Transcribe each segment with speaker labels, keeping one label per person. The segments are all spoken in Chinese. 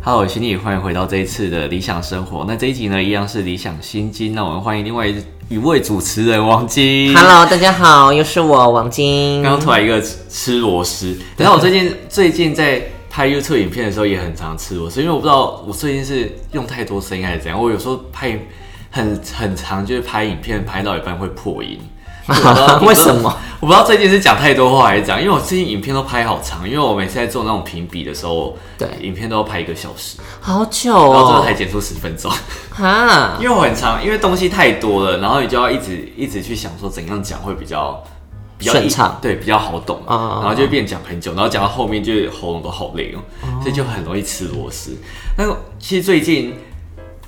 Speaker 1: Hello，心理欢迎回到这一次的理想生活。那这一集呢，一样是理想心经。那我们欢迎另外一一位主持人王晶。
Speaker 2: Hello，大家好，又是我王晶。
Speaker 1: 刚刚嗯突然一个吃吃螺丝，等下我最近最近在拍 YouTube 影片的时候也很常吃螺丝，因为我不知道我最近是用太多声音还是怎样，我有时候拍很很长，就是拍影片拍到一半会破音。我不知 道
Speaker 2: 为什么？
Speaker 1: 我不知道最近是讲太多话还是怎样，因为我最近影片都拍好长，因为我每次在做那种评比的时候，
Speaker 2: 对
Speaker 1: 影片都要拍一个小时，
Speaker 2: 好久
Speaker 1: 然后最后
Speaker 2: 哦
Speaker 1: 才，剪出十分钟。
Speaker 2: 哈，
Speaker 1: 因为我很长，因为东西太多了，然后你就要一直一直去想说怎样讲会比较比较
Speaker 2: 顺畅
Speaker 1: 对，比较好懂，
Speaker 2: 哦
Speaker 1: 然后就变讲很久，然后讲到后面就是喉咙都好累哦，所以就很容易吃螺丝。那其实最近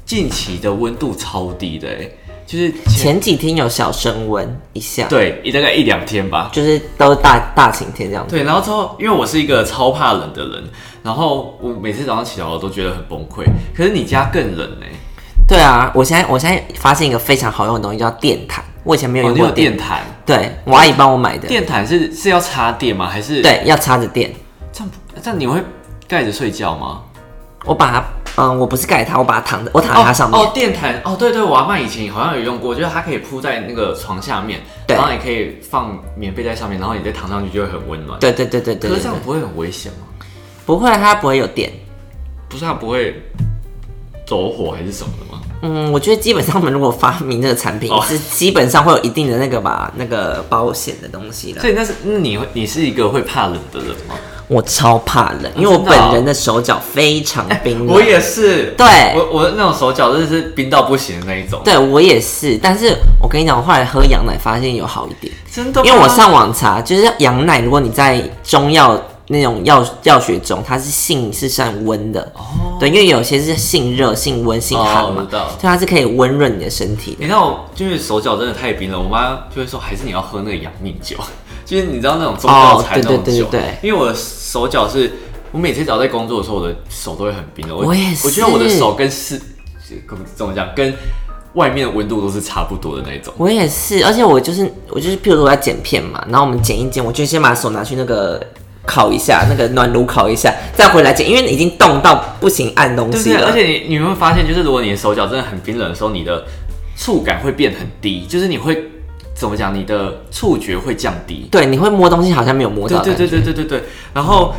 Speaker 1: 近期的温度超低的、欸，就是前
Speaker 2: 前几天有小升温一下，，
Speaker 1: 对一大概一两天吧，
Speaker 2: 就是都大大晴天这样子。
Speaker 1: 对，然后之后，因为我是一个超怕冷的人，然后我每次早上起来我都觉得很崩溃。可是你家更冷欸呢、
Speaker 2: 对啊，我现在我现在发现一个非常好用的东西叫电毯，哎我以前没有
Speaker 1: 哦，
Speaker 2: 用
Speaker 1: 你
Speaker 2: 过
Speaker 1: 有
Speaker 2: 电，
Speaker 1: 电毯，
Speaker 2: 对我阿姨帮我买的，
Speaker 1: 电毯是是要插电吗？还是？
Speaker 2: 对，要插着电。
Speaker 1: 这样不这样你会盖着睡觉吗？
Speaker 2: 我把它，嗯，我不是盖它，我把它躺在，我躺在它上面。
Speaker 1: 哦，电毯哦，对对，我阿妈以前好像有用过，就是它可以铺在那个床下面，
Speaker 2: 对
Speaker 1: 然后你可以放棉被在上面，然后你再躺上去就会很温暖。，
Speaker 2: 对对对对对
Speaker 1: 可是
Speaker 2: 对
Speaker 1: 这样
Speaker 2: 对
Speaker 1: 不会很危险吗？
Speaker 2: 不会，它不会有电。
Speaker 1: 不是它不会走火还是什么的吗？
Speaker 2: 嗯，我觉得基本上我们如果发明这个产品
Speaker 1: 哦，
Speaker 2: 是基本上会有一定的那个吧，那个保险的东西了。
Speaker 1: 所以那是那你会你是一个会怕冷的人吗？
Speaker 2: 我超怕冷，因为我
Speaker 1: 真的哦
Speaker 2: 本人的手脚非常冰冷。
Speaker 1: 我也是，
Speaker 2: 嗯对
Speaker 1: 我我那种手脚真的是冰到不行的那一种，
Speaker 2: 对我也是，但是我跟你讲，我后来喝羊奶发现有好一点，
Speaker 1: 真的吗，
Speaker 2: 因为我上网查，就是羊奶，如果你在中药那种药药学中，它是性是算温的，
Speaker 1: 哦，
Speaker 2: 对，因为有些是性热、性温、性寒
Speaker 1: 哦我
Speaker 2: 嘛，
Speaker 1: 知道
Speaker 2: 所以它是可以温润你的身体的。
Speaker 1: 你知道我就是手脚真的太冰了，我妈就会说还是你要喝那个养命酒，就是你知道那种中药材
Speaker 2: 哦
Speaker 1: 那种酒，
Speaker 2: 对对对对对
Speaker 1: 因为我的手脚是，我每次只要在工作的时候，我的手都会很冰的，
Speaker 2: 我也是
Speaker 1: 我觉得我的手跟是怎么讲，跟外面的温度都是差不多的那一种，
Speaker 2: 我也是，而且我就是我就是，譬如说我要剪片嘛，然后我们剪一剪，我就先把手拿去那个烤一下，那个暖炉烤一下，再回来剪，因为你已经冻到不行按东
Speaker 1: 对
Speaker 2: 西
Speaker 1: 对，
Speaker 2: 了。
Speaker 1: 而且你你会发现，就是如果你的手脚真的很冰冷的时候，你的触感会变很低，就是你会怎么讲，你的触觉会降低。
Speaker 2: 对，你会摸东西好像没有摸
Speaker 1: 对
Speaker 2: 到的
Speaker 1: 对
Speaker 2: 感觉。
Speaker 1: 对对对对对。然后，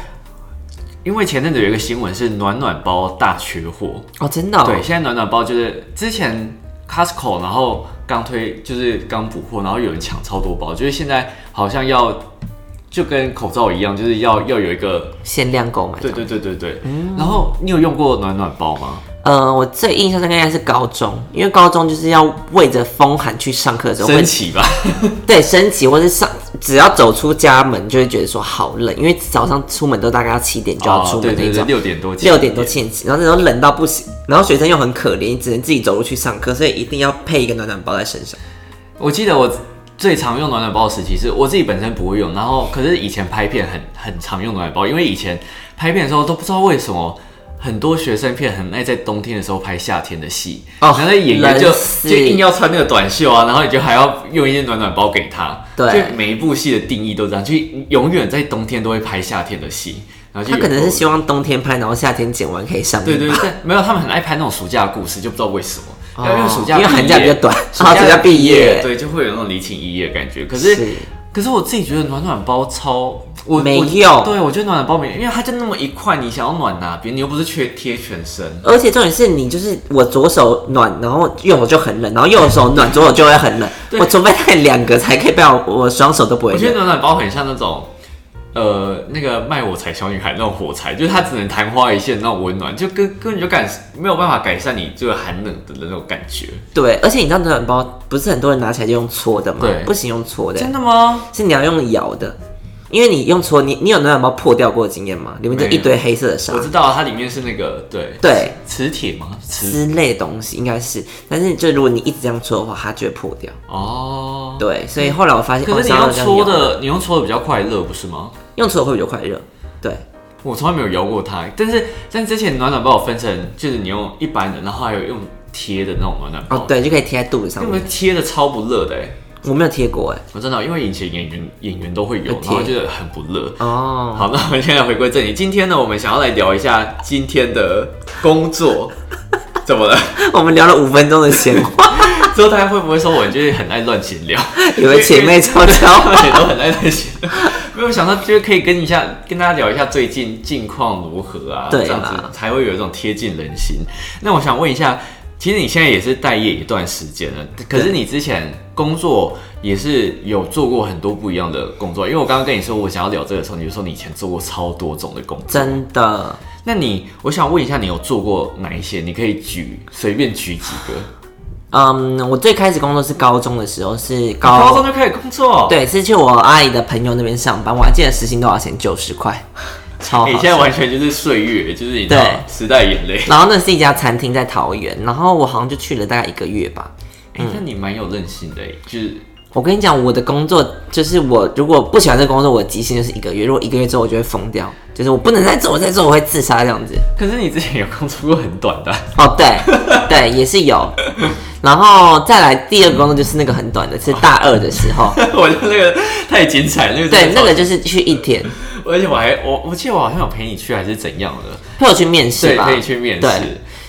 Speaker 1: 因为前阵子有一个新闻是暖暖包大缺货，
Speaker 2: 哦，真的、哦。
Speaker 1: 对，现在暖暖包就是之前 Costco 然后刚推就是刚补货，然后有人抢超多包，就是现在好像要就跟口罩一样，就是要要有一个。
Speaker 2: 限量购买。
Speaker 1: 对对对对对。然后你有用过暖暖包吗？
Speaker 2: 呃，我最印象深刻应该是高中，因为高中就是要为着风寒去上课的时候，
Speaker 1: 神
Speaker 2: 会
Speaker 1: 奇吧？
Speaker 2: 对升旗或是上，只要走出家门就会觉得说好冷，因为早上出门都大概要七点就要出
Speaker 1: 哦对
Speaker 2: 门那
Speaker 1: 对对，
Speaker 2: 种，
Speaker 1: 六点多起
Speaker 2: 六点多七点起，然后那时候冷到不行，然后学生又很可怜，只能自己走路去上课，所以一定要配一个暖暖包在身上。
Speaker 1: 我记得我最常用暖暖包的时期是我自己本身不会用，然后可是以前拍片很很常用暖暖包，因为以前拍片的时候都不知道为什么。很多学生片很爱在冬天的时候拍夏天的戏，
Speaker 2: 哦
Speaker 1: 然后演员就
Speaker 2: 冷死
Speaker 1: 就硬要穿那个短袖啊，然后你就还要用一件暖暖包给他，
Speaker 2: 对
Speaker 1: 就每一部戏的定义都这样，就永远在冬天都会拍夏天的戏，然后就
Speaker 2: 他可能
Speaker 1: 有
Speaker 2: 是希望冬天拍，然后夏天剪完可以上
Speaker 1: 对
Speaker 2: 映
Speaker 1: 对
Speaker 2: 吧。
Speaker 1: 对，没有他们很爱拍那种暑假的故事，就不知道为什么，
Speaker 2: 哦
Speaker 1: 因为暑假
Speaker 2: 因为寒假
Speaker 1: 毕
Speaker 2: 比
Speaker 1: 业
Speaker 2: 较短，
Speaker 1: 暑
Speaker 2: 然后暑假毕
Speaker 1: 业
Speaker 2: 业，
Speaker 1: 啊对，就会有那种离情依依的感觉，可是。可是我自己觉得暖暖包超我
Speaker 2: 没
Speaker 1: 我
Speaker 2: 用
Speaker 1: 对我觉得暖暖包没，因为它就那么一块，你想要暖哪边，你又不是缺贴全身。
Speaker 2: 而且重点是你就是我左手暖，然后右手就很冷，然后右手暖，左手就会很冷。
Speaker 1: 对
Speaker 2: 我除非带两个才可以，不然我我双手都不会
Speaker 1: 我觉
Speaker 2: 冷
Speaker 1: 得。暖暖包很像那种，呃，那个卖火柴小女孩那种火柴， 就是它只能昙花一现那种温暖，就根根本就感没有办法改善你这个寒冷的那种感觉。
Speaker 2: 对，而且你知道暖暖包不是很多人拿起来就用搓的吗
Speaker 1: 对？
Speaker 2: 不行，用搓的，
Speaker 1: 真的吗？
Speaker 2: 是你要用摇的，因为你用搓，你你有暖暖包破掉过的经验吗？里面就
Speaker 1: 没
Speaker 2: 一
Speaker 1: 有
Speaker 2: 堆黑色的沙
Speaker 1: 我，知道它里面是那个对
Speaker 2: 啊对
Speaker 1: 磁铁吗？磁
Speaker 2: 之类的东西应该是，但是就如果你一直这样搓的话，它就会破掉。
Speaker 1: 哦。
Speaker 2: 对，所以后来我发现，
Speaker 1: 可
Speaker 2: 哦
Speaker 1: 是你
Speaker 2: 想要
Speaker 1: 用
Speaker 2: 这样
Speaker 1: 搓
Speaker 2: 摇
Speaker 1: 的，你用搓的比较快乐，不是吗？
Speaker 2: 用搓的会比较快热。对，
Speaker 1: 我从来没有摇过它，但是但之前暖暖包有分成，就是你用一般的，然后还有用贴的那种暖暖包。
Speaker 2: 哦哦，对，就可以贴在肚子上
Speaker 1: 那
Speaker 2: 面。
Speaker 1: 个贴的超不热的、欸，
Speaker 2: 我没有贴过哎、
Speaker 1: 我真的，因为以前演员演员都会有，
Speaker 2: 有
Speaker 1: 然
Speaker 2: 贴
Speaker 1: 后觉得很不乐。
Speaker 2: 哦，
Speaker 1: 好，那我们现在回归正题，今天呢，我们想要来聊一下今天的工作，怎么了？
Speaker 2: 我们聊了五分钟的闲话，
Speaker 1: 之后大家会不会说我就是很爱乱闲聊？
Speaker 2: 以为姐妹 悄悄
Speaker 1: 他们也都很爱乱闲聊。没有想到，就是可以跟一下跟大家聊一下最近近况如何啊，
Speaker 2: 对啦
Speaker 1: 这样子才会有一种贴近人心。那我想问一下，其实你现在也是待业一段时间了，可是你之前工作也是有做过很多不一样的工作，因为我刚刚跟你说我想要聊这个的时候，你就说你以前做过超多种的工作，
Speaker 2: 真的，
Speaker 1: 那你我想问一下，你有做过哪一些？你可以举随便举几个。
Speaker 2: 嗯，我最开始工作是高中的时候，是高
Speaker 1: 高中就开始工作，
Speaker 2: 哦对，是去我阿姨的朋友那边上班，我还记得时薪多少钱，九十块，超好
Speaker 1: 你、
Speaker 2: 笑。
Speaker 1: 哎现在完全就是岁月，就是你知道
Speaker 2: 对
Speaker 1: 时代眼泪。
Speaker 2: 然后那是一家餐厅在桃园，然后我好像就去了大概一个月吧。
Speaker 1: 哎、那你蛮有韧性的、欸，就是
Speaker 2: 我跟你讲，我的工作就是我如果不喜欢这个工作，我的极限就是一个月。如果一个月之后我就会疯掉，就是我不能再做，我再做我会自杀这样子。
Speaker 1: 可是你之前有工作过很短的啊、
Speaker 2: 哦，对对，也是有。然后再来第二个工作就是那个很短的，是大二的 时候，
Speaker 1: 我觉得那个太精彩，那个
Speaker 2: 对
Speaker 1: 真，的
Speaker 2: 那
Speaker 1: 超
Speaker 2: 个就是去一天，
Speaker 1: 而且我还我我记得我好像有陪你去还是怎样的，
Speaker 2: 陪我去面试
Speaker 1: 对，
Speaker 2: 吧，
Speaker 1: 陪你去面
Speaker 2: 对
Speaker 1: 试，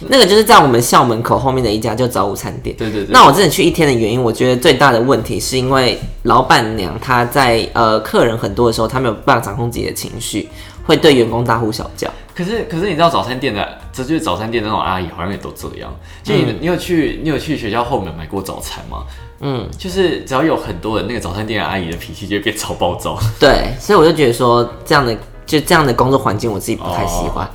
Speaker 2: 那个就是在我们校门口后面的一家叫早午餐店。
Speaker 1: 对对对
Speaker 2: 那我真的去一天的原因，我觉得最大的问题是因为老板娘她在呃客人很多的时候，她没有办法掌控自己的情绪，会对员工大呼小叫。
Speaker 1: 可是可是你知道早餐店的，这就是早餐店的那种阿姨好像也都这样。就你、你有去你有去学校后门买过早餐吗？
Speaker 2: 嗯，
Speaker 1: 就是只要有很多人，那个早餐店的阿姨的脾气就会变超暴 躁。
Speaker 2: 对，所以我就觉得说这样的就这样的工作环境我自己不太喜
Speaker 1: 哦
Speaker 2: 欢。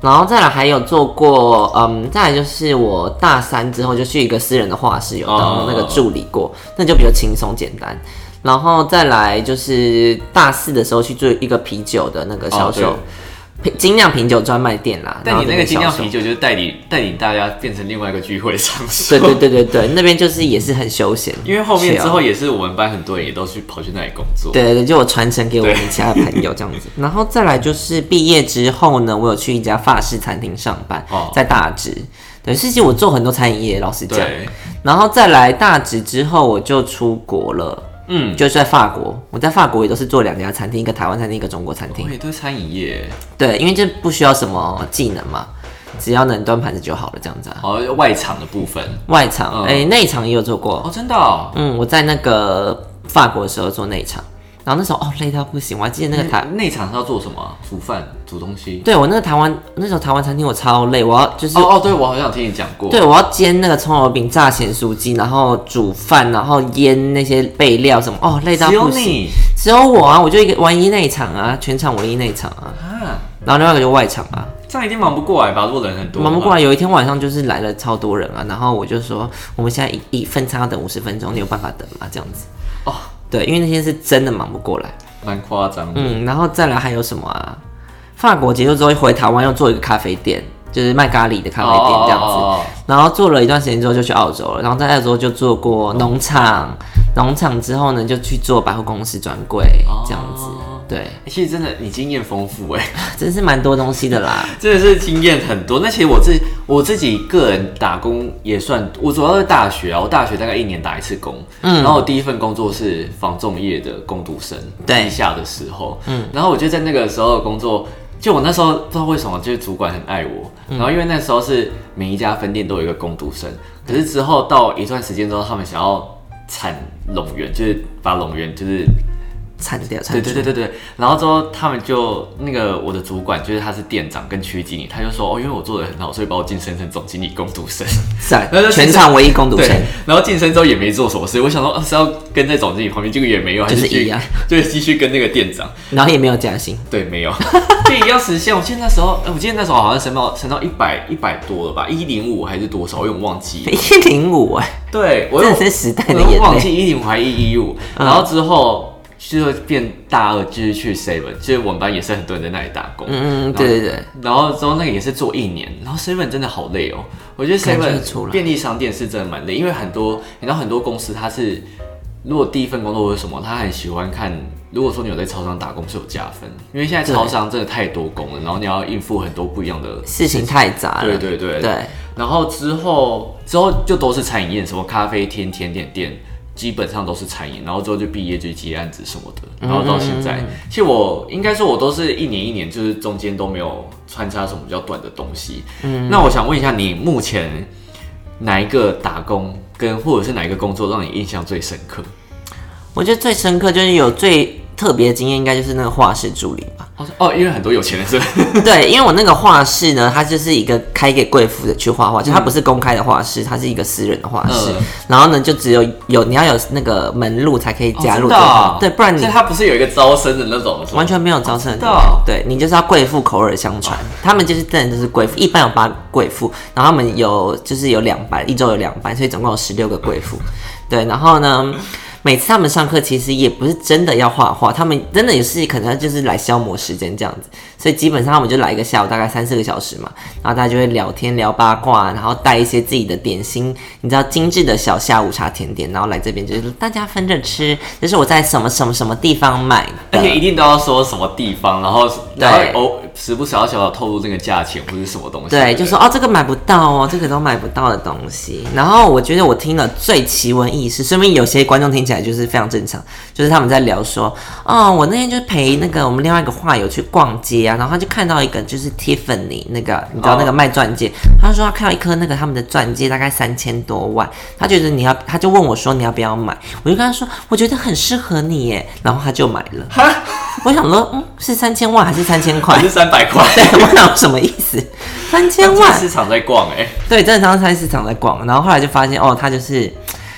Speaker 2: 然后再嗯来还有做过，嗯，再来就是我大三之后就去一个私人的画室有当那个助理过，那就比较轻松简单。然后再来就是大四的时候去做一个啤酒的那个销售，
Speaker 1: 哦
Speaker 2: 啤精酿啤酒专卖店啦。
Speaker 1: 但你那个精酿
Speaker 2: 酒。
Speaker 1: 啤酒就是带领带领大家变成另外一个聚会场所。
Speaker 2: 对啊对对对对，那边就是也是很 休闲，
Speaker 1: 因为后面之
Speaker 2: chill
Speaker 1: 后也是我们班很多人也都去跑去那里工作。
Speaker 2: 对对对，就我传承给我们其他的朋友这样子。然后再来就是毕业之后呢，我有去一家法式餐厅上班，
Speaker 1: 哦
Speaker 2: 在大直。对，其实我做很多餐饮业，老实讲。
Speaker 1: 对，
Speaker 2: 然后再来大直之后，我就出国了，
Speaker 1: 嗯，
Speaker 2: 就是在法国。我在法国也都是做两家餐厅，一个台湾餐厅，一个中国餐厅
Speaker 1: 我。也对餐饮业，
Speaker 2: 对，因为这不需要什么技能嘛，只要能端盘子就好了，这样子啊。
Speaker 1: 哦，外场的部分。
Speaker 2: 外
Speaker 1: 嗯
Speaker 2: 场，哎、内场也有做过。
Speaker 1: 哦，真的、哦。
Speaker 2: 嗯，我在那个法国的时候做内场，然后那时候哦累到不行，我还记得那个台
Speaker 1: 那内场是要做什么啊？煮饭、煮东西。
Speaker 2: 对我那个台湾那时候台湾餐厅我超累，我要就是、
Speaker 1: 哦哦，对，我好像有听你讲过。
Speaker 2: 对我要煎那个葱油饼、炸咸酥鸡，然后煮饭，然后腌那些备料什么，哦，累到
Speaker 1: 只有
Speaker 2: 不行。
Speaker 1: 你
Speaker 2: 只有我啊，我就一个唯一内场啊，全场唯一内场啊，
Speaker 1: 啊，
Speaker 2: 然后另外一个就外场啊。
Speaker 1: 这样一定忙不过来吧？如果人很多，
Speaker 2: 忙不过。来，有一天晚上就是来了超多人啊，然后我就说我们现在一一分差要等五十分钟，你有办法等吗？这样子。
Speaker 1: 哦，
Speaker 2: 对，因为那天是真的忙不过来。
Speaker 1: 蛮夸张的。
Speaker 2: 嗯，然后再来还有什么啊？法国结束之后回台湾，又做一个咖啡店，就是卖咖喱的咖啡店这样子。
Speaker 1: 哦哦哦
Speaker 2: 然后做了一段时间之后就去澳洲了，然后在澳洲就做过农场，农场之后呢就去做百货公司专柜
Speaker 1: 哦
Speaker 2: 这样子，对，
Speaker 1: 哦其实真的，你经验丰富哎，
Speaker 2: 真是蛮多东西的啦。
Speaker 1: 真的是经验很多。那其实我自我自己个人打工也算，我主要是大学啊，我大学大概一年打一次工，嗯，然后我第一份工作是房仲业的工读生，
Speaker 2: 对
Speaker 1: 地下的时候，嗯，然后我就在那个时候工作，就我那时候不知道为什么，就是主管很爱我，然后因为那时候是每一家分店都有一个工读生，可是之后到一段时间之后，他们想要产拢源，就是把拢源就是
Speaker 2: 惨掉，
Speaker 1: 对
Speaker 2: 惨掉
Speaker 1: 对对对对，然后之后他们就那个我的主管就是他是店长跟区经理，他就说哦，因为我做的很好，所以把我晋升成总经理工读 生。
Speaker 2: 赞
Speaker 1: 那就，是
Speaker 2: 全场唯一攻读
Speaker 1: 对
Speaker 2: 生，，
Speaker 1: 然后晋升之后也没做什么事，我想说、啊、是要跟在总经理旁边，结果也没有，还
Speaker 2: 就是
Speaker 1: 继
Speaker 2: 一
Speaker 1: 续
Speaker 2: 样
Speaker 1: 就是继续跟那个店长。
Speaker 2: 然后也没有加薪，
Speaker 1: 对，没 有，就一样实现。我记得那时候，哎我记得那时候好像升到升到一百一百多了吧，一零五还是多少，我有点忘记。
Speaker 2: 一零五哎，
Speaker 1: 对，我有
Speaker 2: 真的是时代的
Speaker 1: 我
Speaker 2: 眼
Speaker 1: 忘
Speaker 2: 泪。
Speaker 1: 记一零五还一一五，
Speaker 2: 嗯
Speaker 1: 然后之后就变大二，就是去 seven，就是我们班也是很多人在那里打工。
Speaker 2: 嗯嗯，对对对，
Speaker 1: 然后之后那个也是做一年，然后 seven 真的好累哦。我觉得
Speaker 2: 感觉得出
Speaker 1: seven
Speaker 2: 来
Speaker 1: 便利商店是真的蛮累，因为很多你知道很多公司它是，如果第一份工作或者什么，他很喜欢看。如果说你有在超商打工是有加分，因为现在
Speaker 2: 对
Speaker 1: 超商真的太多工了，然后你要应付很多不一样的
Speaker 2: 事情太杂
Speaker 1: 对
Speaker 2: 了，
Speaker 1: 对对
Speaker 2: 对，
Speaker 1: 然后之后之后就都是餐饮业，什么咖啡厅、甜点店、基本上都是餐饮，然后之后就毕业就接案子什么的，然后到现在，其实我应该说，我都是一年一年，就是中间都没有穿插什么比较短的东西。嗯，那我想问一下，你目前哪一个打工跟或者是哪一个工作让你印象最深刻？
Speaker 2: 我觉得最深刻就是有最特别的经验，应该就是那个画室助理吧。
Speaker 1: 哦哦，因为很多有钱人是吧
Speaker 2: 对，因为我那个画室呢，它就是一个开给贵妇的去画画，就它不是公开的画室，它是一个私人的画室。
Speaker 1: 嗯
Speaker 2: 然后呢，就只有有你要有那个门路才可以 加
Speaker 1: 哦真的
Speaker 2: 入这个
Speaker 1: 哦
Speaker 2: 画，啊对，不然你
Speaker 1: 所以他不是有一个招生的那种，是吗
Speaker 2: 完全没有招生的
Speaker 1: 真
Speaker 2: 地
Speaker 1: 的
Speaker 2: 方
Speaker 1: 哦。
Speaker 2: 对你就是要贵妇口耳相传，他们就是真的就是贵妇，一般有八个贵妇，然后他们有就是有两班，一周有两班，所以总共有十六个贵妇。对，然后呢，每次他们上课其实也不是真的要画画，他们真的也是可能就是来消磨时间这样子，所以基本上他们就来一个下午大概三四个小时嘛，然后大家就会聊天聊八卦，然后带一些自己的点心，你知道精致的小下午茶甜点，然后来这边就是大家分着吃，这是我在什么什么什么地方买的，
Speaker 1: 而且一定都要说什么地方，然后
Speaker 2: 对
Speaker 1: 然后偶时不时要小小透露那个价钱或者什么东西。
Speaker 2: 对，
Speaker 1: 不
Speaker 2: 就说哦，这个买不到哦，这个都买不到的东西。然后我觉得我听了最奇闻异事，说明有些观众听起来就是非常正常，就是他们在聊说，哦，我那天就陪那个我们另外一个画友去逛街啊，然后他就看到一个 就是 Tiffany 那个，你知道那个卖钻戒，他说他看到一颗那个他们的钻戒大概三千多万，他觉得你要，他就问我说你要不要买，我就跟他说我觉得很适合你耶，然后他就买了。我想说，嗯，是三千万还是三千块
Speaker 1: 还？是三百 块，
Speaker 2: 对，我想什么意思？ 三千
Speaker 1: 菜
Speaker 2: 万？
Speaker 1: 市场在逛哎、
Speaker 2: 对，真的当菜市场在逛，然后后来就发现哦，他就是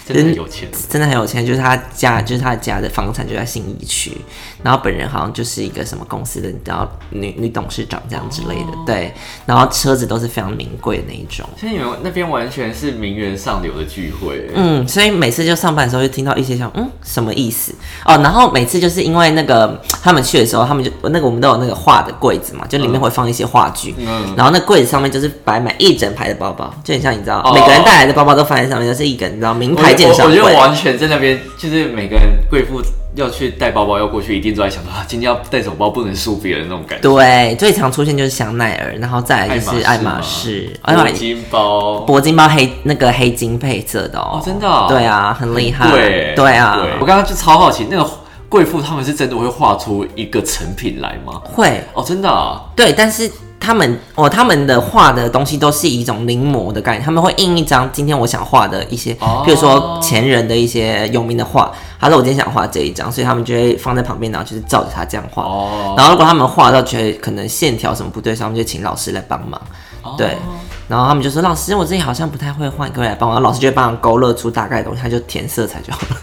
Speaker 1: 真的很有钱。
Speaker 2: 真的很有钱，就是他家就是他家的房产就在信义区，然后本人好像就是一个什么公司的，你知道女女董事长这样之类的，对，然后车子都是非常名贵的那一种。
Speaker 1: 所以你们那边完全是名媛上流的聚会、欸，
Speaker 2: 嗯，所以每次就上班的时候就听到一些像嗯什么意思哦，然后每次就是因为那个他们去的时候，他们就那个我们都有那个画的柜子嘛，就里面会放一些话具，
Speaker 1: 嗯
Speaker 2: 然后那柜子上面就是摆满一整排的包包，就很像你知道、
Speaker 1: 哦
Speaker 2: 每个人带来的包包都放在上面，就是一个你知道名
Speaker 1: 我
Speaker 2: 牌鉴赏
Speaker 1: 我我
Speaker 2: 柜
Speaker 1: 觉。得完全在那边，就是每个人贵妇要去带包包要过去，一定都在想到啊，今天要带什么包，不能输别人那种感觉。
Speaker 2: 对，最常出现就是香奈儿，然后再来就是爱
Speaker 1: 爱
Speaker 2: 马
Speaker 1: 马
Speaker 2: 仕，爱马
Speaker 1: 铂
Speaker 2: 仕
Speaker 1: 金包，
Speaker 2: 铂金包黑那个黑金配色的哦，
Speaker 1: 哦真的哦
Speaker 2: 对啊，很厉害，
Speaker 1: 对
Speaker 2: 对啊，
Speaker 1: 我刚刚就超好奇，那个贵妇他们是真的会画出一个成品来吗？
Speaker 2: 会
Speaker 1: 哦，真的、啊，
Speaker 2: 对，但是他们哦，他们的画的东西都是一种临摹的概念，他们会印一张今天我想画的一些，
Speaker 1: 哦
Speaker 2: 譬如说前人的一些有名的画，他说我今天想画这一张，所以他们就会放在旁边，然后就是照着他这样画。
Speaker 1: 哦
Speaker 2: 然后如果他们画到觉得可能线条什么不对，所以他们就请老师来帮忙。对，
Speaker 1: 哦
Speaker 2: 然后他们就说老师，我自己好像不太会画，你可不可以来帮我？然后老师就会帮忙勾勒出大概的东西，他就填色彩就好了。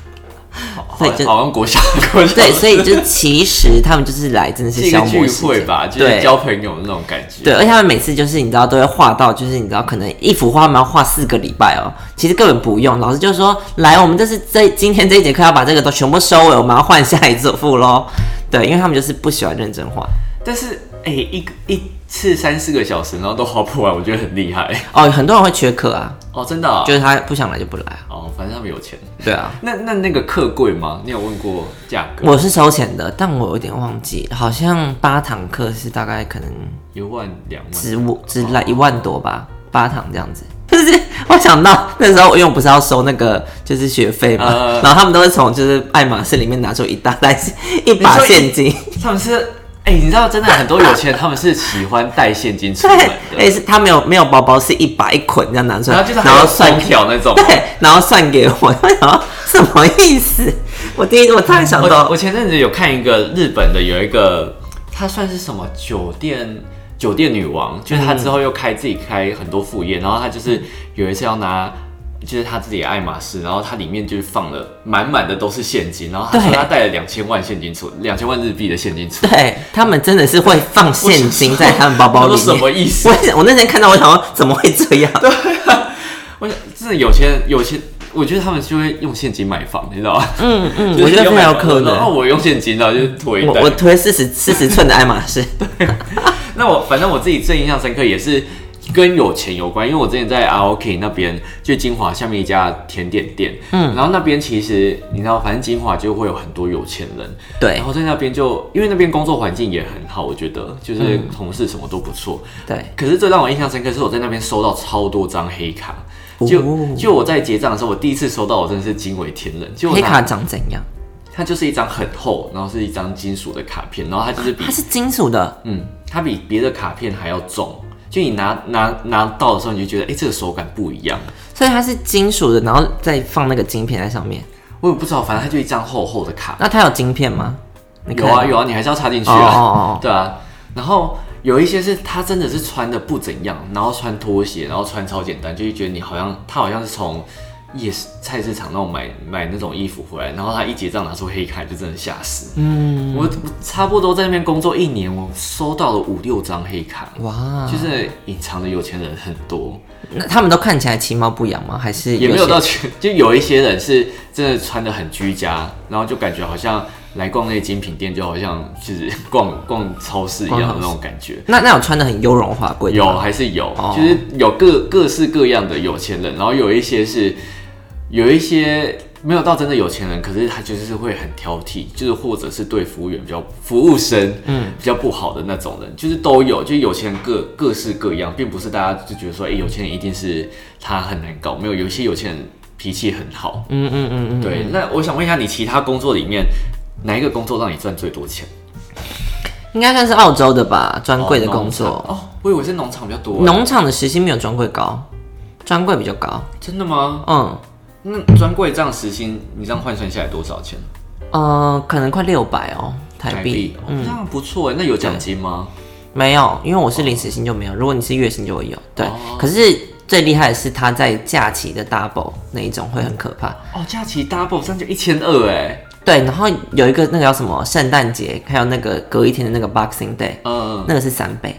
Speaker 2: 所以就
Speaker 1: 好像国小 国小
Speaker 2: 对，所以就其实他们就是来真的
Speaker 1: 是
Speaker 2: 是
Speaker 1: 一个
Speaker 2: 消磨
Speaker 1: 聚
Speaker 2: 时
Speaker 1: 会
Speaker 2: 间
Speaker 1: 吧，就
Speaker 2: 对
Speaker 1: 是交朋友的那种感觉。
Speaker 2: 对，而且他们每次就是你知道都会画到，就是你知道可能一幅画他们要画四个礼拜哦，其实根本不用。老师就说，来，我们这是这今天这一节课要把这个都全部收尾，我们要换下一组副喽。对，因为他们就是不喜欢认真画。
Speaker 1: 但是哎、一个一次三四个小时，然后都画不完，我觉得很厉害。
Speaker 2: 哦，很多人会缺课啊，
Speaker 1: 哦，真的、啊，
Speaker 2: 就是他不想来就不来啊。
Speaker 1: 哦，反正他们有钱。
Speaker 2: 对啊，
Speaker 1: 那那那个客贵吗？你有问过价格？
Speaker 2: 我是收钱的，但我有点忘记，好像八堂课是大概可能
Speaker 1: 一万两万，
Speaker 2: 只我只来一万多吧，八堂这样子。 就是我想到那时候，因为我不是要收那个就是学费嘛，
Speaker 1: 呃
Speaker 2: 然后他们都会从就是爱马仕里面拿出一大袋 一把现金，
Speaker 1: 他们是哎、你知道，真的很多有钱人，他们是喜欢带现金出
Speaker 2: 对
Speaker 1: 门的，，
Speaker 2: 哎、是他没有没有包包，是一把一捆这样拿出来，
Speaker 1: 然后就是还有算条那 种。
Speaker 2: 对，然后算给我， 我想说什么意思？我第一我突然想
Speaker 1: 我
Speaker 2: 啊到
Speaker 1: 我，前阵子有看一个日本的，有一个她算是什么酒店酒店女王，就是
Speaker 2: 嗯
Speaker 1: 她之后又开自己开很多副业，然后她就是有一次要拿。就是她自己的爱马仕，然后它里面就是放了满满的都是现金，然后她说
Speaker 2: 对
Speaker 1: 她带了两千万现金出，两千万日币的现金出，
Speaker 2: 对他们真的是会放现金在他们包包里
Speaker 1: 我
Speaker 2: 面，
Speaker 1: 想说什么意思
Speaker 2: 我我那天看到，我想说怎么会这样？
Speaker 1: 我想真的有钱人有钱，我觉得他们就会用现金买房，你知道吗？
Speaker 2: 嗯 嗯，
Speaker 1: 就是
Speaker 2: 我觉得
Speaker 1: 要
Speaker 2: 非
Speaker 1: 买
Speaker 2: 常
Speaker 1: 房
Speaker 2: 有可能。
Speaker 1: 然后我用现金，然后就是拖一
Speaker 2: 我
Speaker 1: 袋
Speaker 2: 我。推四十四十寸的爱马仕，
Speaker 1: 那我反正我自己最印象深刻也是跟有钱有关，因为我之前在 ROK 那边，就金华下面一家甜点店，嗯，然后那边其实你知道，反正金华就会有很多有钱人，
Speaker 2: 对
Speaker 1: 然后在那边就因为那边工作环境也很好，我觉得就是同事什么都不错，
Speaker 2: 对，
Speaker 1: 可是最让我印象深刻是我在那边收到超多张黑卡。就
Speaker 2: 哦
Speaker 1: 就我在结账的时候，我第一次收到，我真的是惊为天人。就我
Speaker 2: 黑
Speaker 1: 拿
Speaker 2: 卡长怎样？
Speaker 1: 它就是一张很厚，然后是一张金属的卡片，然后它就是比
Speaker 2: 它是金属的，
Speaker 1: 嗯，它比别的卡片还要重。就你拿拿拿到的时候，你就觉得哎、诶这个手感不一样。
Speaker 2: 所以它是金属的，然后再放那个晶片在上面。
Speaker 1: 我也不知道，反正它就一张厚厚的卡。
Speaker 2: 那它有晶片吗？你
Speaker 1: 有
Speaker 2: 看
Speaker 1: 啊有啊，你还是要插进去
Speaker 2: 哦
Speaker 1: 啊。
Speaker 2: 哦哦
Speaker 1: 对啊，然后有一些是他真的是穿的不怎样，然后穿拖鞋，然后穿超简单，就会觉得你好像他好像是从夜市菜市场那种买买那种衣服回来，然后他一结账拿出黑卡就真的吓死。嗯，我我差不多在那边工作一年，我收到了五六张黑卡，
Speaker 2: 哇，
Speaker 1: 就是隐藏的有钱人很多，
Speaker 2: 那他们都看起来其貌不扬吗？还是
Speaker 1: 也没有
Speaker 2: 些
Speaker 1: 到全，就有一些人是真的穿的很居家，然后就感觉好像来逛那些精品店，就好像就是逛逛超市一样的那种感觉。
Speaker 2: 那那有穿的很优柔华贵的
Speaker 1: 有啊
Speaker 2: 吗，
Speaker 1: 还是有，
Speaker 2: 哦
Speaker 1: 就是有各各式各样的有钱人，然后有一些是有一些没有到真的有钱人，可是他就是会很挑剔，就是或者是对服务员比较服务生，嗯，比较不好的那种人，就是都有，就是有钱人各各式各样，并不是大家就觉得说，哎、有钱人一定是他很难搞，没有，有一些有钱人脾气很好，
Speaker 2: 嗯嗯嗯嗯，
Speaker 1: 对。那我想问一下，你其他工作里面哪一个工作让你赚最多钱？
Speaker 2: 应该算是澳洲的吧，专柜的工
Speaker 1: 哦
Speaker 2: 作。
Speaker 1: 农场哦，我以为是农场比较多欸，
Speaker 2: 农场的时薪没有专柜高，专柜比较高。
Speaker 1: 真的吗？
Speaker 2: 嗯
Speaker 1: 那专柜这样时薪，你这样换算下来多少钱？
Speaker 2: 呃，可能快六百哦，台币。嗯
Speaker 1: 哦这样不错哎。那有奖金吗？
Speaker 2: 没有，因为我是临时薪就没有，如果你是月薪就会有。对，
Speaker 1: 哦
Speaker 2: 可是最厉害的是他在假期的 double 那一种会很可怕。
Speaker 1: 哦，假期 double 这样就一千二哎。
Speaker 2: 对，然后有一个那个叫什么圣诞节，还有那个隔一天的那个 Boxing Day，
Speaker 1: 嗯，
Speaker 2: 那个是三倍，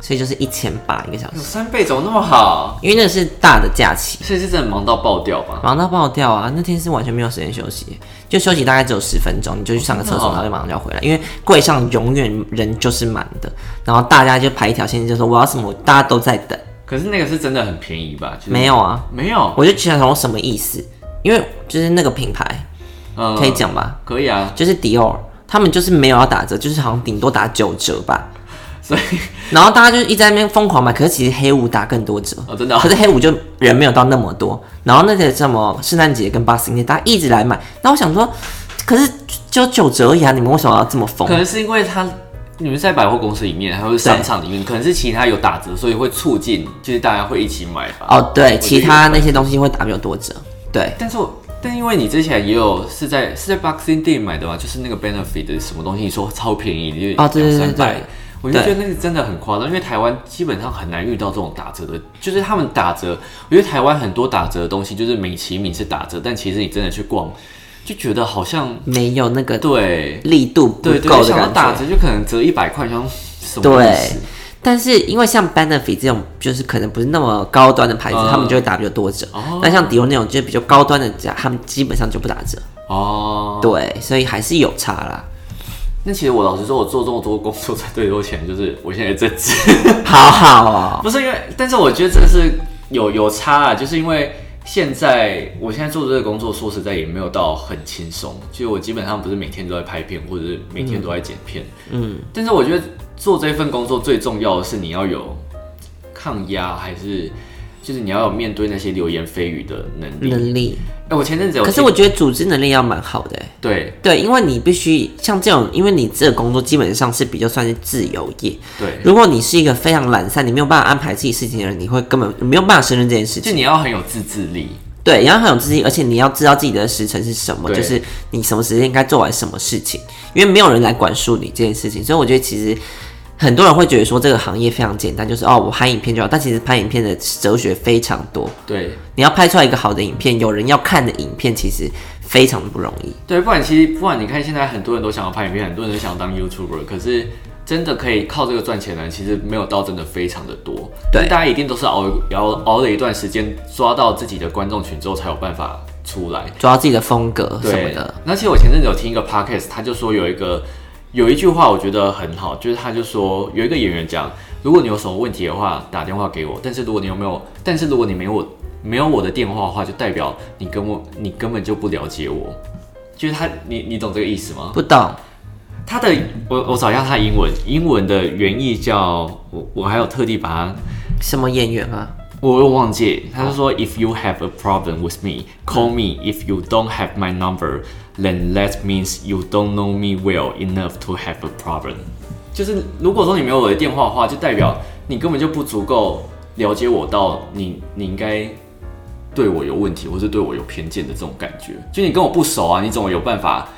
Speaker 2: 所以就是一千八一个小时
Speaker 1: 有，三倍怎么那么好？
Speaker 2: 因为那个是大的假期，
Speaker 1: 所以是真的忙到爆掉吧？
Speaker 2: 忙到爆掉啊！那天是完全没有时间休息，就休息大概只有十分钟，你就去上个厕所，
Speaker 1: 哦
Speaker 2: 然后就马上就要回来，因为柜上永远人就是满的，然后大家就排一条线，就说我要什么，大家都在等，
Speaker 1: 可是那个是真的很便宜吧？就是
Speaker 2: 没有啊，
Speaker 1: 没有，
Speaker 2: 我就想想我什么意思，因为就是那个品牌
Speaker 1: 嗯
Speaker 2: 可以讲吧，
Speaker 1: 可以啊。
Speaker 2: 就是迪奥，他们就是没有要打折，就是好像顶多打九折吧，
Speaker 1: 所以
Speaker 2: 然后大家就一直在那边疯狂买，可是其实黑五打更多折。
Speaker 1: 哦，真的啊
Speaker 2: 可是黑五就人没有到那么多，然后那个什么圣诞节跟 Boxing Day 大家一直来买，那我想说，可是只有九折而已啊，你们为什么要这么疯
Speaker 1: 可？能是因为他你们在百货公司里面，还有商场里面，可能是其他有打折，所以会促进，就是大家会一起买吧。
Speaker 2: 哦，对，
Speaker 1: 有
Speaker 2: 其他那些东西会打比较多折，对，
Speaker 1: 但是我但因为你之前也有是在是在 Boxing Day 买的嘛，就是那个 Benefit 的什么东西，你说超便宜，就是
Speaker 2: 哦对对对
Speaker 1: 200-300
Speaker 2: 对
Speaker 1: 我就觉得那个真的很夸张，因为台湾基本上很难遇到这种打折的，就是他们打折，我觉得台湾很多打折的东西就是美其名是打折，但其实你真的去逛，就觉得好像
Speaker 2: 没有那个
Speaker 1: 对
Speaker 2: 力度不
Speaker 1: 对对，
Speaker 2: 够的
Speaker 1: 想到
Speaker 2: 感
Speaker 1: 打
Speaker 2: 觉。
Speaker 1: 折就可能折一百块，像什么意思？
Speaker 2: 但是因为像 Benefit 这种就是可能不是那么高端的牌子，
Speaker 1: 嗯
Speaker 2: 他们就会打比较多折
Speaker 1: 哦。
Speaker 2: 那像迪欧那种就是比较高端的家，他们基本上就不打折。
Speaker 1: 哦，
Speaker 2: 对，所以还是有差啦。
Speaker 1: 那其实我老实说，我做这么多工作赚最多钱，就是我现在在职。
Speaker 2: 好好哦，
Speaker 1: 不是因为，但是我觉得真的是有有差啊，就是因为现在我现在做的这个工作，说实在也没有到很轻松，就是我基本上不是每天都在拍片，或者是每天都在剪片，嗯，但是我觉得做这份工作最重要的是你要有抗压，还是就是你要有面对那些流言蜚语的能力。哎、
Speaker 2: 能力。
Speaker 1: 我前阵子有
Speaker 2: 可
Speaker 1: 听，
Speaker 2: 是我觉得组织能力要蛮好的欸、
Speaker 1: 对
Speaker 2: 对，因为你必须像这种，因为你这个工作基本上是比较算是自由业。
Speaker 1: 对，
Speaker 2: 如果你是一个非常懒散，你没有办法安排自己事情的人，你会根本没有办法胜任这件事
Speaker 1: 就
Speaker 2: 情。
Speaker 1: 你要很有自制力。
Speaker 2: 对，然后很有自信，而且你要知道自己的时辰是什么，
Speaker 1: 对
Speaker 2: 就是你什么时间应该做完什么事情，因为没有人来管束你这件事情。所以我觉得其实很多人会觉得说这个行业非常简单，就是哦我拍影片就好，但其实拍影片的哲学非常多。
Speaker 1: 对
Speaker 2: 你要拍出来一个好的影片，有人要看的影片，其实非常的不容易。
Speaker 1: 对，不然其实不然，你看现在很多人都想要拍影片，很多人都想要当 YouTuber，可是真的可以靠这个赚钱的人，其实没有到真的非常的多。
Speaker 2: 对
Speaker 1: 就是大家一定都是熬熬熬了一段时间，抓到自己的观众群之后，才有办法出来。
Speaker 2: 抓自己的风格什么
Speaker 1: 对
Speaker 2: 的。，
Speaker 1: 那其实我前阵子有听一个 podcast，他就说有一个有一句话我觉得很好，就是他就说有一个演员讲，如果你有什么问题的话，打电话给我，但是如果你有没有，但是如果你没有我没有我的电话的话，就代表你跟我你根本就不了解我。就是他，你你懂这个意思吗？
Speaker 2: 不懂，
Speaker 1: 他的我我找一下他的英文，英文的原意叫我我还有特地把它
Speaker 2: 什么演员啊？
Speaker 1: 我又忘记，他就说、If you have a problem with me, call me. If you don't have my number, then that means you don't know me well enough to have a problem。就是如果说你没有我的电话的话，就代表你根本就不足够了解我到你你应该对我有问题，或是对我有偏见的这种感觉。就你跟我不熟啊，你怎么有办法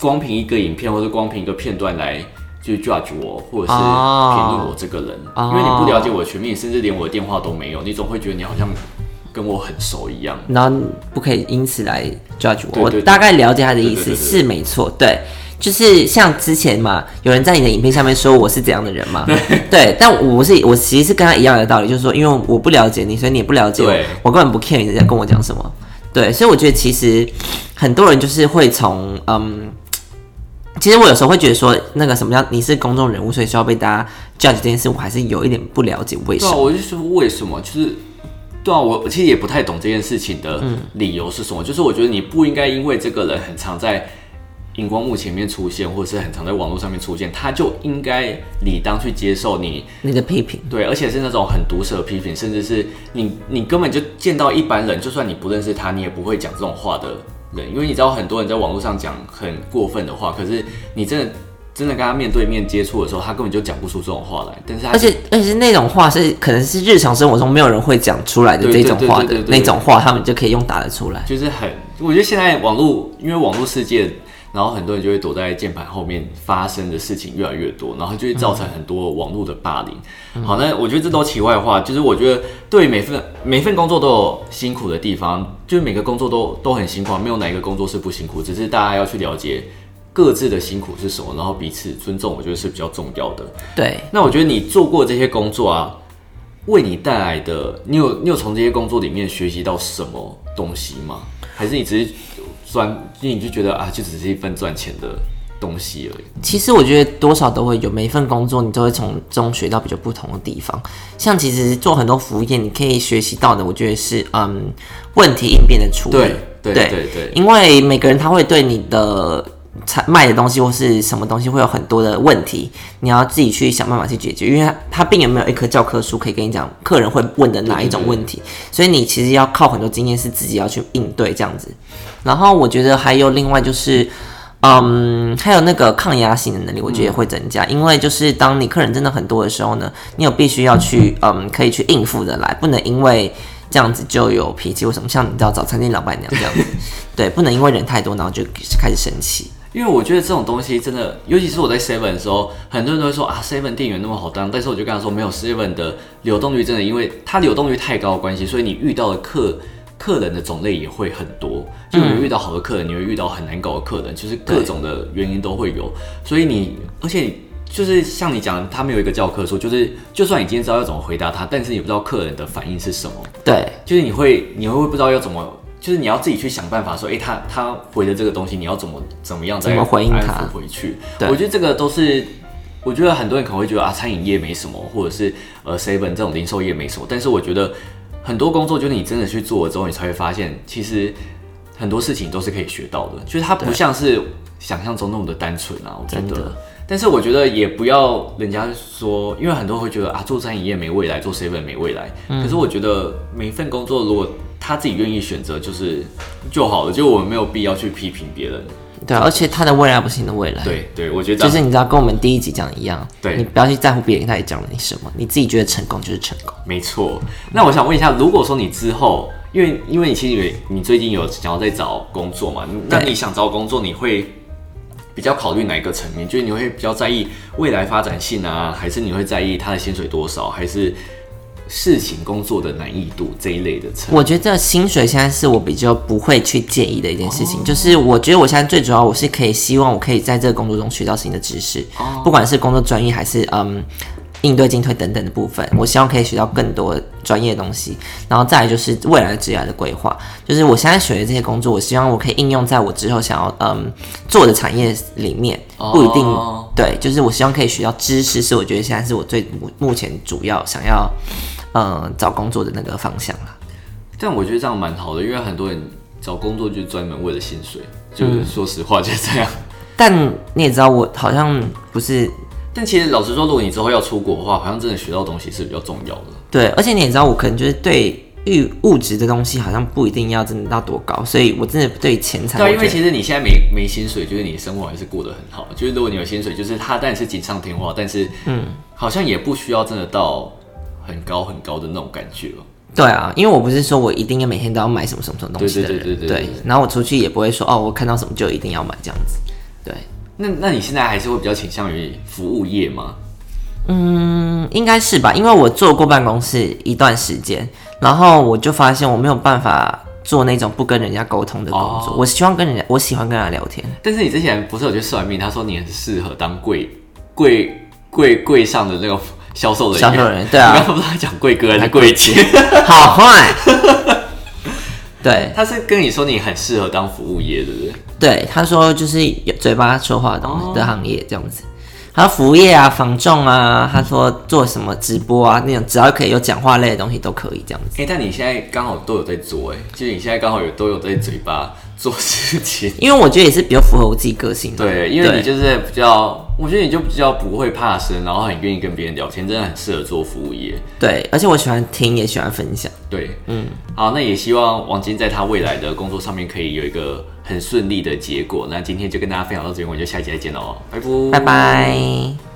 Speaker 1: 光凭一个影片或者光凭一个片段来去 judge 我，或者是
Speaker 2: 哦
Speaker 1: 评论我这个人？因为你不了解我的全面，甚至连我的电话都没有，你总会觉得你好像跟我很熟一样。
Speaker 2: 然后不可以因此来 judge 我。
Speaker 1: 对
Speaker 2: 我
Speaker 1: 对对
Speaker 2: 大概了解他的意
Speaker 1: 对
Speaker 2: 思，
Speaker 1: 对对对
Speaker 2: 是没错，对。就是像之前嘛，有人在你的影片下面说我是怎样的人嘛，对，但我是我其实是跟他一样的道理，就是说，因为我不了解你，所以你也不了解我
Speaker 1: 对，
Speaker 2: 我根本不 care 你在跟我讲什么，对，所以我觉得其实很多人就是会从嗯，其实我有时候会觉得说那个什么叫你是公众人物，所以需要被大家 judge 这件事，我还是有一点不了解为什
Speaker 1: 对啊，
Speaker 2: 么，
Speaker 1: 我就说为什么？就是对啊，我其实也不太懂这件事情的理由是什么。就是我觉得你不应该因为这个人很常在荧光幕前面出现，或者是很常在网络上面出现，他就应该理当去接受你
Speaker 2: 你的批评。
Speaker 1: 对，而且是那种很毒舌的批评，甚至是你你根本就见到一般人，就算你不认识他，你也不会讲这种话的人，因为你知道很多人在网络上讲很过分的话，可是你真的真的跟他面对面接触的时候，他根本就讲不出这种话来，但是他
Speaker 2: 而且而且是那种话是可能是日常生活中没有人会讲出来的
Speaker 1: 对
Speaker 2: 这
Speaker 1: 对
Speaker 2: 种话
Speaker 1: 对
Speaker 2: 的
Speaker 1: 对对对
Speaker 2: 那种话，他们就可以用打得出来。
Speaker 1: 就是很，我觉得现在网络，因为网络世界，然后很多人就会躲在键盘后面发生的事情越来越多，然后就会造成很多网络的霸凌。好，那我觉得这都题外话，就是我觉得对每份每份工作都有辛苦的地方，就是每个工作都都很辛苦啊，没有哪一个工作是不辛苦，只是大家要去了解各自的辛苦是什么，然后彼此尊重，我觉得是比较重要的。
Speaker 2: 对，
Speaker 1: 那我觉得你做过这些工作啊，为你带来的，你有你有从这些工作里面学习到什么东西吗？还是你只是赚，你就觉得啊，就只是一份赚钱的东西而已？
Speaker 2: 其实我觉得多少都会有，每一份工作你都会从中学到比较不同的地方。像其实做很多服务业，你可以学习到的，我觉得是嗯问题应变的处理。
Speaker 1: 对对
Speaker 2: 对
Speaker 1: 对对
Speaker 2: 因为每个人他会对你的产卖的东西或是什么东西会有很多的问题，你要自己去想办法去解决，因为他他并也没有一棵教科书可以跟你讲客人会问的哪一种问题，所以你其实要靠很多经验是自己要去应对这样子。然后我觉得还有另外就是。嗯，还有那个抗压性的能力，我觉得也会增加，因为就是当你客人真的很多的时候呢，你有必须要去嗯，可以去应付的来，不能因为这样子就有脾气或什么，像你知道早餐店老板娘这样子， 对，不能因为人太多然后就开始生气。
Speaker 1: 因为我觉得这种东西真的，尤其是我在 Seven 的时候，很多人都会说啊，Seven 店员那么好当，但是我就跟他说，没有 Seven 的流动率真的，因为它流动率太高的关系，所以你遇到的客客人的种类也会很多，就你遇到好的客人，你会遇到很难搞的客人，就是各种的原因都会有，所以你而且。就是像你讲，他没有一个教科书，就是就算你今天知道要怎么回答他，但是你不知道客人的反应是什么，
Speaker 2: 对，
Speaker 1: 就是你会你会不知道要怎么，就是你要自己去想办法说，诶，他他回的这个东西，你要怎么怎么样再
Speaker 2: 怎么回应他
Speaker 1: 安抚回去？
Speaker 2: 对
Speaker 1: 我觉得这个都是。我觉得很多人可能会觉得啊，餐饮业没什么，或者是呃 seven 这种零售业没什么。但是我觉得很多工作，就是你真的去做了之后，你才会发现，其实很多事情都是可以学到的。就是它不像是想象中那么的单纯啊，我觉
Speaker 2: 真
Speaker 1: 得
Speaker 2: 的。
Speaker 1: 但是我觉得也不要人家说，因为很多人会觉得啊，做餐饮业没未来，做 seven 没未来。
Speaker 2: 嗯
Speaker 1: 可是我觉得每一份工作，如果他自己愿意选择，就是就好了。就我们没有必要去批评别人。
Speaker 2: 对，啊而且他的未来不是你的未来，，
Speaker 1: 对对，我觉得这
Speaker 2: 哎就
Speaker 1: 样
Speaker 2: 是你知道跟我们第一集讲的一样，
Speaker 1: 对
Speaker 2: 你不要去在乎别人到底讲了你什么，你自己觉得成功就是成功。
Speaker 1: 没错。那我想问一下，如果说你之后，因为因为你其实也你最近有想要在找工作嘛，那
Speaker 2: 对
Speaker 1: 你想找工作，你会比较考虑哪一个层面？就是你会比较在意未来发展性啊，还是你会在意他的薪水多少，还是事情工作的难易度这一类的层面？
Speaker 2: 我觉得薪水现在是我比较不会去介意的一件事情，就是我觉得我现在最主要我是可以希望我可以在这个工作中学到新的知识，不管是工作专业还是嗯应对进退等等的部分，我希望可以学到更多专业的东西，然后再来就是未来的职业的规划，就是我现在学的这些工作，我希望我可以应用在我之后想要嗯做的产业里面，不一定、
Speaker 1: 哦
Speaker 2: 对，就是我希望可以学到知识，是我觉得现在是我最目目前主要想要嗯找工作的那个方向啦。
Speaker 1: 但我觉得这样蛮好的，因为很多人找工作就是专门为了薪水，就是说实话就是这样。
Speaker 2: 但你也知道，我好像不是
Speaker 1: 但其实老实说，如果你之后要出国的话，好像真的学到东西是比较重要的。
Speaker 2: 对，而且你也知道，我可能就是对欲物质的东西好像不一定要真的到多高，所以我真的对钱财，
Speaker 1: 对啊，因
Speaker 2: 我觉
Speaker 1: 为
Speaker 2: 得
Speaker 1: 其实你现在没没薪水，就是你生活还是过得很好。就是如果你有薪水，就是它当然是锦上添花，但是嗯，好像也不需要真的到很高很高的那种感觉哦了。
Speaker 2: 对啊，因为我不是说我一定要每天都要买什么什么什么东西的
Speaker 1: 对
Speaker 2: 人，
Speaker 1: 对对对对对
Speaker 2: 然后我出去也不会说哦，我看到什么就一定要买这样子，对，
Speaker 1: 那那你现在还是会比较倾向于服务业吗？
Speaker 2: 嗯，应该是吧，因为我做过办公室一段时间，然后我就发现我没有办法做那种不跟人家沟通的工
Speaker 1: 哦
Speaker 2: 作，我希望跟人家，我喜欢跟人家聊天，
Speaker 1: 但是你之前不是有去算命，他说你很适合当柜柜柜柜上的那个销售人员。
Speaker 2: 销售人员对啊
Speaker 1: 你刚刚不是在讲柜哥还是柜姐？
Speaker 2: 好坏，对
Speaker 1: 他是跟你说你很适合当服务业，对不对？
Speaker 2: 对，他说就是有嘴巴说话的东西的行业这样子。还有服务业啊、房仲啊，他说做什么直播啊，那种只要可以有讲话类的东西都可以这样子。
Speaker 1: 哎、但你现在刚好都有在做、哎，就是你现在刚好有都有在嘴巴做事情。
Speaker 2: 因为我觉得也是比较符合我自己个性的。
Speaker 1: 对，因为你
Speaker 2: 对
Speaker 1: 就是比较，我觉得你就比较不会怕生，然后很愿意跟别人聊天，真的很适合做服务业。
Speaker 2: 对，而且我喜欢听，也喜欢分享。
Speaker 1: 对，嗯，好，那也希望王晶在他未来的工作上面可以有一个很顺利的结果。那今天就跟大家分享到这边，我们就下期再见喽，拜拜，
Speaker 2: 拜拜。